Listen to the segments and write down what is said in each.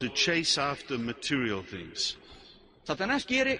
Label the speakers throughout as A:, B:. A: to chase after material things.
B: Satanás quiere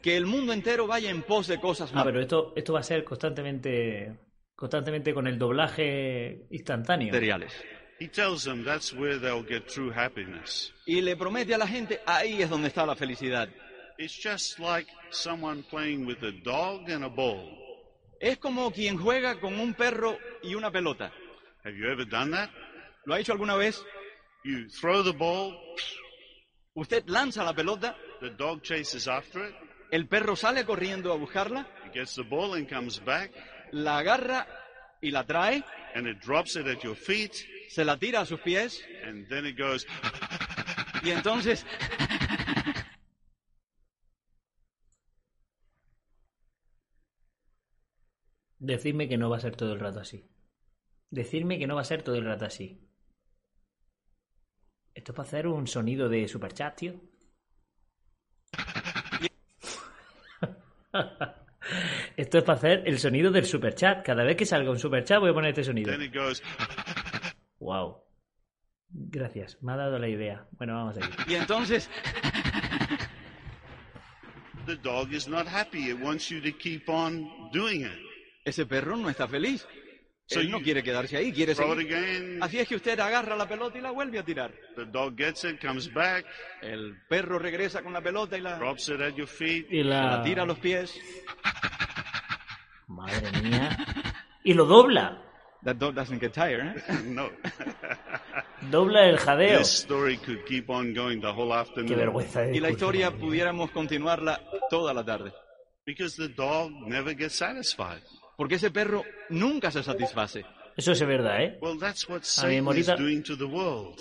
B: que el mundo entero vaya en pos de cosas
C: Ah, pero esto, esto va a ser constantemente, constantemente con el doblaje instantáneo.
B: materiales.
A: He tells them that's where they'll get true happiness.
B: Y le promete a la gente, ahí es donde está la felicidad.
A: It's just like someone playing with a dog and a ball.
B: Es como quien juega con un perro y una pelota.
A: Have you ever done that?
B: ¿Lo ha hecho alguna vez?
A: You throw the ball,
B: Usted lanza la pelota,
A: the dog chases after it,
B: el perro sale corriendo a buscarla,
A: it gets the ball and comes back,
B: la agarra y la trae,
A: and it drops it at your feet,
B: se la tira a sus pies
A: and then it goes,
B: y entonces
C: Decidme que no va a ser todo el rato así. Decidme que no va a ser todo el rato así. Esto es para hacer un sonido de superchat, tío. Esto es para hacer el sonido del superchat. Cada vez que salga un superchat voy a poner este sonido.
A: then it goes,
C: Wow. Gracias, me ha dado la idea. Bueno, vamos aquí.
B: y entonces
A: the dog is not happy. It wants you to keep on doing it.
B: ese perro no está feliz.
A: So
B: Él no
A: you-
B: quiere quedarse ahí, quiere
A: Throw it
B: seguir.
A: again,
B: Así es que usted agarra la pelota y la vuelve a tirar.
A: the dog gets it, comes back,
B: El perro regresa con la pelota y la,
A: drops it at your feet,
C: Y la...
B: la tira a los pies.
C: Madre mía. Y lo dobla.
B: That dog doesn't get tired. ¿eh?
A: No.
C: Dobla el jadeo.
A: This story could keep on going the whole afternoon.
C: Qué vergüenza. de
B: Y la
C: discurso,
B: historia
C: madre mía.
B: pudiéramos continuarla toda la tarde.
A: Because the dog never gets satisfied.
B: Porque ese perro nunca se satisface.
C: Eso es verdad, ¿eh?
A: Well, that's what
C: A mi
A: Satan is
C: morita-
A: doing to the world.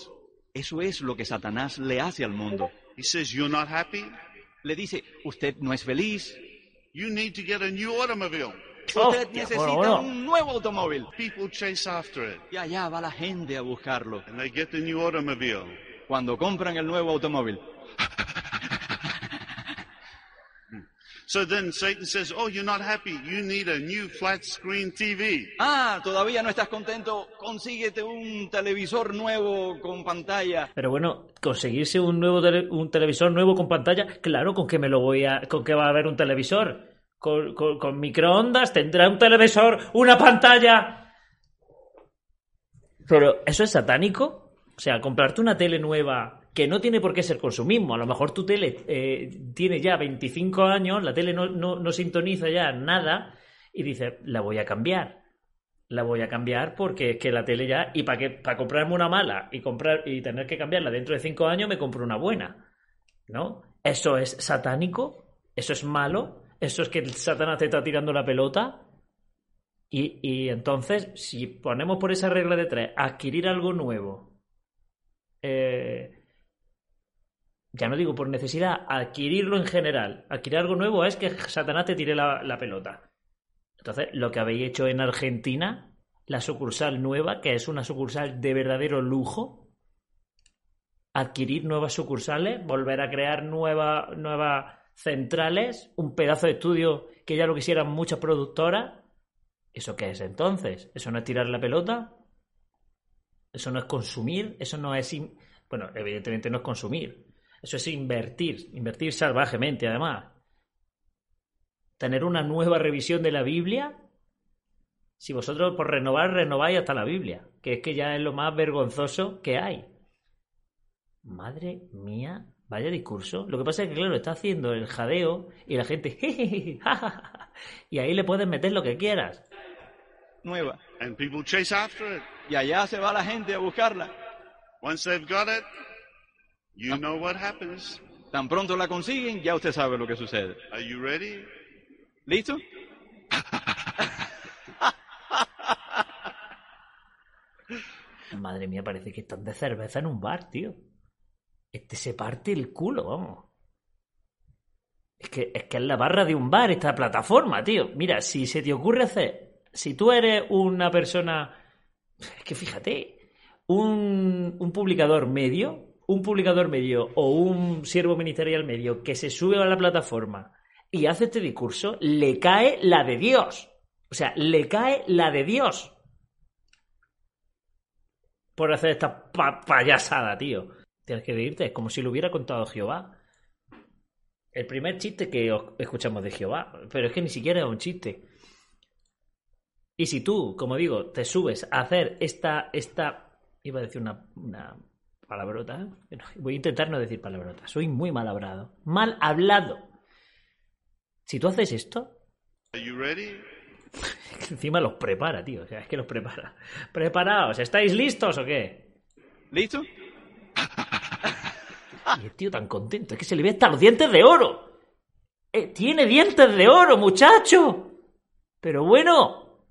B: Eso es lo que Satanás le hace al mundo.
A: He says, You're not happy?
B: Le dice, usted no es feliz,
A: You need to get a new automobile.
C: Hostia,
B: usted necesita
C: bueno, bueno.
B: un nuevo automóvil.
A: People chase after it,
B: Y allá va la gente a buscarlo.
A: and they get the new automobile.
B: Cuando compran el nuevo automóvil.
A: So then Satan says, Oh, you're not happy. You need a new flat screen TV.
B: Ah, todavía no estás contento, consíguete un televisor nuevo con pantalla.
C: Pero bueno, conseguirse un nuevo tele- un televisor nuevo con pantalla, claro, con que me lo voy a con que va a haber un televisor. Con, con- con microondas tendrá un televisor, una pantalla. Pero eso es satánico. O sea, comprarte una tele nueva que no tiene por qué ser consumismo. A lo mejor tu tele eh, tiene ya 25 años, la tele no, no, no sintoniza ya nada y dices, la voy a cambiar la voy a cambiar porque es que la tele ya y para que para comprarme una mala y comprar y tener que cambiarla dentro de cinco años me compro una buena no eso es satánico eso es malo eso es que el satanás te está tirando la pelota y, y entonces si ponemos por esa regla de tres adquirir algo nuevo eh, ya no digo por necesidad adquirirlo en general adquirir algo nuevo es que satanás te tire la- la pelota entonces, lo que habéis hecho en Argentina, la sucursal nueva, que es una sucursal de verdadero lujo, adquirir nuevas sucursales, volver a crear nueva- nuevas centrales, un pedazo de estudio que ya lo quisieran muchas productoras. ¿Eso qué es entonces? ¿Eso no es tirar la pelota? ¿Eso no es consumir? ¿Eso no es... in- Bueno, evidentemente no es consumir. Eso es invertir, invertir salvajemente además tener una nueva revisión de la Biblia. Si vosotros por renovar, renováis hasta la Biblia, que es que ya es lo más vergonzoso que hay. Madre mía, vaya discurso. Lo que pasa es que, claro, está haciendo el jadeo y la gente... jejeje, jajaja, y ahí le puedes meter lo que quieras.
B: Nueva.
A: And people chase after it.
B: Y allá se va la gente a buscarla.
A: Once they've got it, you know what happens.
B: Tan pronto la consiguen, ya usted sabe lo que sucede.
A: Are you ready?
B: ¿Listo?
C: Madre mía, parece que están de cerveza en un bar, tío. Este se parte el culo, vamos. Es que, es que es la barra de un bar esta plataforma, tío. Mira, si se te ocurre hacer, si tú eres una persona, es que fíjate, un, un publicador medio, un publicador medio o un siervo ministerial medio que se sube a la plataforma y hace este discurso, le cae la de Dios. O sea, le cae la de Dios. Por hacer esta pa- payasada, tío. Tienes que reírte, es como si lo hubiera contado Jehová. El primer chiste que os- escuchamos de Jehová, pero es que ni siquiera es un chiste. Y si tú, como digo, te subes a hacer esta, esta, iba a decir una, una palabrota, Bueno, voy a intentar no decir palabrota, soy muy mal hablado, mal hablado. Si tú haces esto,
A: Are you ready?
C: que encima los prepara, tío, o sea, es que los prepara. Preparaos, ¿estáis listos o qué?
B: ¿Listo?
C: Y el tío tan contento, es que se le ve hasta los dientes de oro. Eh, tiene dientes de oro, muchacho. Pero bueno,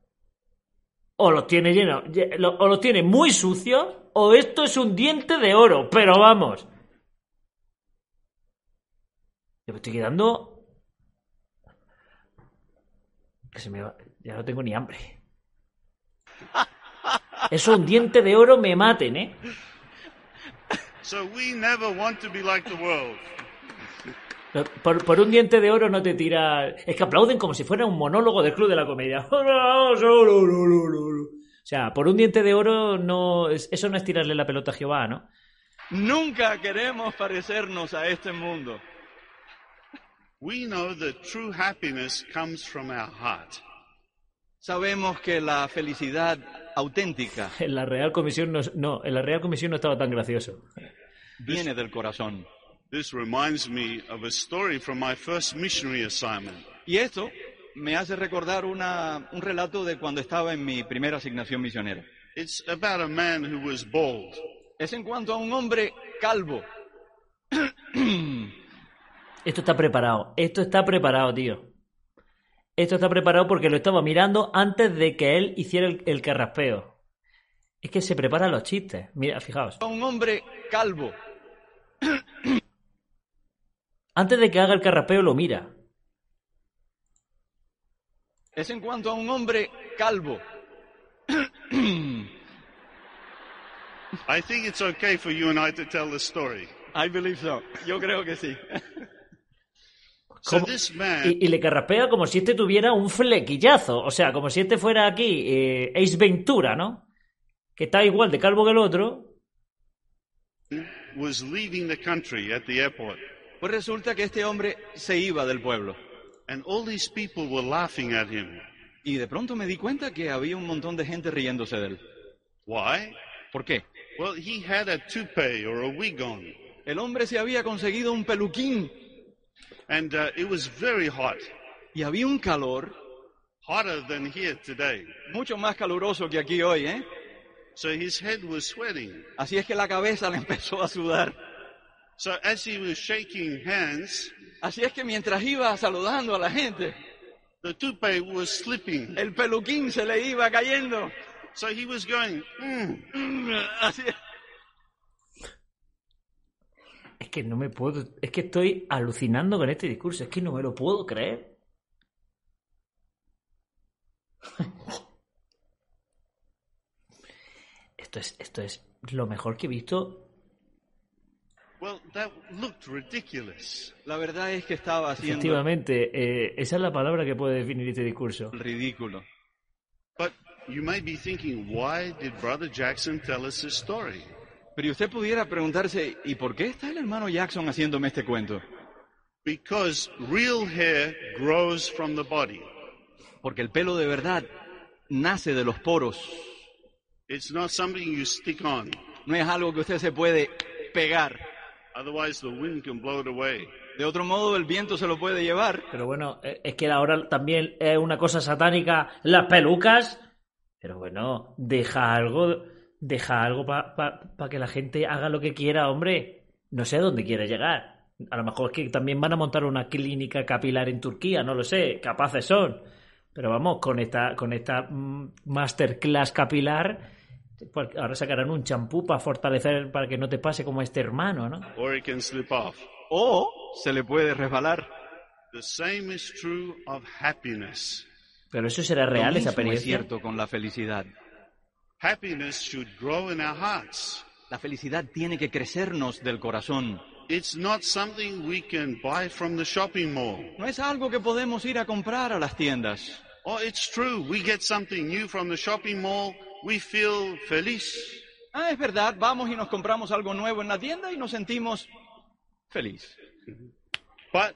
C: o los tiene llenos, lle- lo- o los tiene muy sucios, o esto es un diente de oro. Pero vamos. Yo me estoy quedando. Que se me va- Ya no tengo ni hambre. Eso, un diente de oro me maten, ¿eh?
A: So we never want to be like the world.
C: No, Por, por un diente de oro no te tira. Es que aplauden como si fuera un monólogo del Club de la Comedia. O sea, por un diente de oro no. es- Eso no es tirarle la pelota a Jehová, ¿no?
B: Nunca queremos parecernos a este mundo.
A: We know that true happiness comes from our heart.
B: Sabemos que la felicidad auténtica
C: En la Real Comisión no, no, en la Real Comisión no estaba tan gracioso.
B: viene del corazón.
A: This reminds me of a story from my first missionary assignment.
B: Y esto me hace recordar una- un relato de cuando estaba en mi primera asignación misionera.
A: It's about a man who was bald.
B: Es en cuanto a un hombre calvo.
C: Esto está preparado. Esto está preparado, tío. Esto está preparado porque lo estaba mirando antes de que él hiciera el, el carraspeo. Es que se preparan los chistes. Mira, fijaos.
B: A un hombre calvo.
C: Antes de que haga el carraspeo lo mira.
B: Es en cuanto a un hombre calvo.
A: I think it's okay for you and I to tell the story.
B: I believe so. Yo creo que sí.
A: So
C: ¿Cómo?
A: this man,
C: Y, y le carraspea como si este tuviera un flequillazo. O sea, como si este fuera aquí eh, Ace Ventura, ¿no? Que está igual de calvo que el otro.
A: was leaving the country at the airport,
B: Pues resulta que este hombre se iba del pueblo.
A: and all these people were laughing at him.
B: Y de pronto me di cuenta que había un montón de gente riéndose de él.
A: Why?
B: ¿Por qué?
A: Well, he had a toupee or a wig on,
B: El hombre se había conseguido un peluquín
A: and uh, it was very hot,
B: y había un calor
A: hotter than here today.
B: mucho más caluroso que aquí hoy, ¿eh?
A: So his head was sweating.
B: Así es que la cabeza le empezó a sudar.
A: So as he was shaking hands,
B: Así es que mientras iba saludando a la gente,
A: the toupee was slipping.
B: el peluquín se le iba cayendo.
A: So he was going, mm,
B: Así es.
C: Es que no me puedo. Es que estoy alucinando con este discurso. Es que no me lo puedo creer. Esto es, esto es lo mejor que he visto.
A: Well, that looked ridiculous.
B: La verdad es que estaba haciendo
C: Efectivamente, eh, esa es la palabra que puede definir este discurso.
B: el ridículo.
A: But you may be thinking, why did Brother Jackson tell us this story?
B: Pero usted pudiera preguntarse, ¿y por qué está el hermano Jackson haciéndome este cuento?
A: Because real hair grows from the body.
B: Porque el pelo de verdad nace de los poros.
A: It's not something you stick on.
B: No es algo que usted se puede pegar.
A: Otherwise, the wind can blow it away.
B: De otro modo, el viento se lo puede llevar.
C: Pero bueno, eh, es que ahora también es una cosa satánica las pelucas. Pero bueno, deja algo, deja algo para que la gente haga lo que quiera, hombre. No sé a dónde quiere llegar. A lo mejor es que también van a montar una clínica capilar en Turquía, no lo sé, capaces son. Pero vamos, con esta, con esta mm, masterclass capilar Cual- Ahora sacarán un champú para fortalecer, para que no te pase como a este hermano, ¿no?
A: or it can slip off.
B: O se le puede resbalar.
A: The same is true of happiness.
C: Pero eso será
B: Lo
C: real,
B: mismo
C: esa
B: es
C: experiencia.
B: cierto con la felicidad.
A: Happiness should grow in our hearts.
B: La felicidad tiene que crecernos del corazón.
A: It's not something we can buy from the shopping mall.
B: No es algo que podemos ir a comprar a las tiendas.
A: Oh, it's true. We get something new from the shopping mall. We feel feliz.
B: Ah, es verdad, vamos y nos compramos algo nuevo en la tienda y nos sentimos feliz.
A: But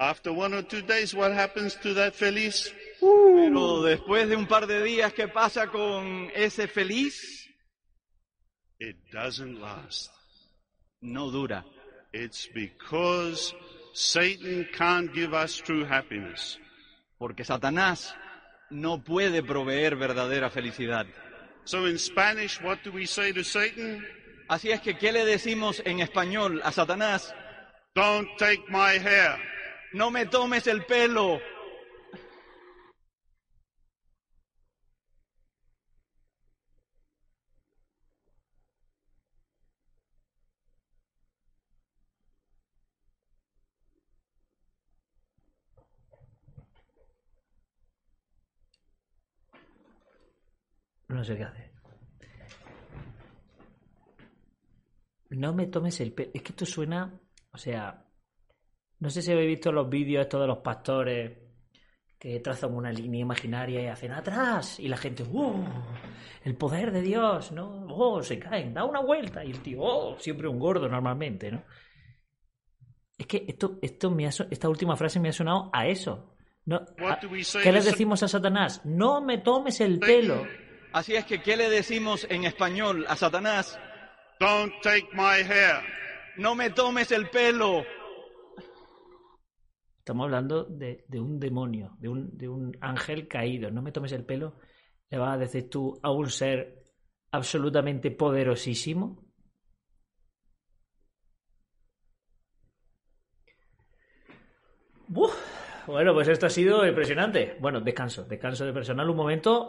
A: after one or two days, what happens to that feliz?
B: Pero después de un par de días, ¿qué pasa con ese feliz?
A: It doesn't last.
B: No dura.
A: It's because Satan can't give us true happiness.
B: porque Satanás no puede proveer verdadera felicidad.
A: So in Spanish, what do we say to Satan?
B: Así es que, ¿qué le decimos en español a Satanás?
A: Don't take my hair.
B: No me tomes el pelo.
C: No sé qué hacer. No me tomes el pelo. Es que esto suena. O sea. No sé si habéis visto los vídeos estos de los pastores que trazan una línea imaginaria y hacen atrás. Y la gente, ¡uh! El poder de Dios, ¿no? ¡Oh! Se caen, da una vuelta. Y el tío, ¡oh! Siempre un gordo normalmente, ¿no? Es que esto, esto me ha so- esta última frase me ha sonado a eso. No,
A: What
C: a-
A: do we say
C: ¿Qué
A: to
C: le
A: Sa-
C: decimos a Satanás? No me tomes el
A: Satan.
C: pelo.
B: Así es que, ¿qué le decimos en español a Satanás?
A: Don't take my hair.
B: No me tomes el pelo.
C: Estamos hablando de, de un demonio, de un, de un ángel caído. No me tomes el pelo. Le vas a decir tú a un ser absolutamente poderosísimo. ¡Buf! Bueno, pues esto ha sido impresionante. Bueno, descanso, descanso de personal un momento.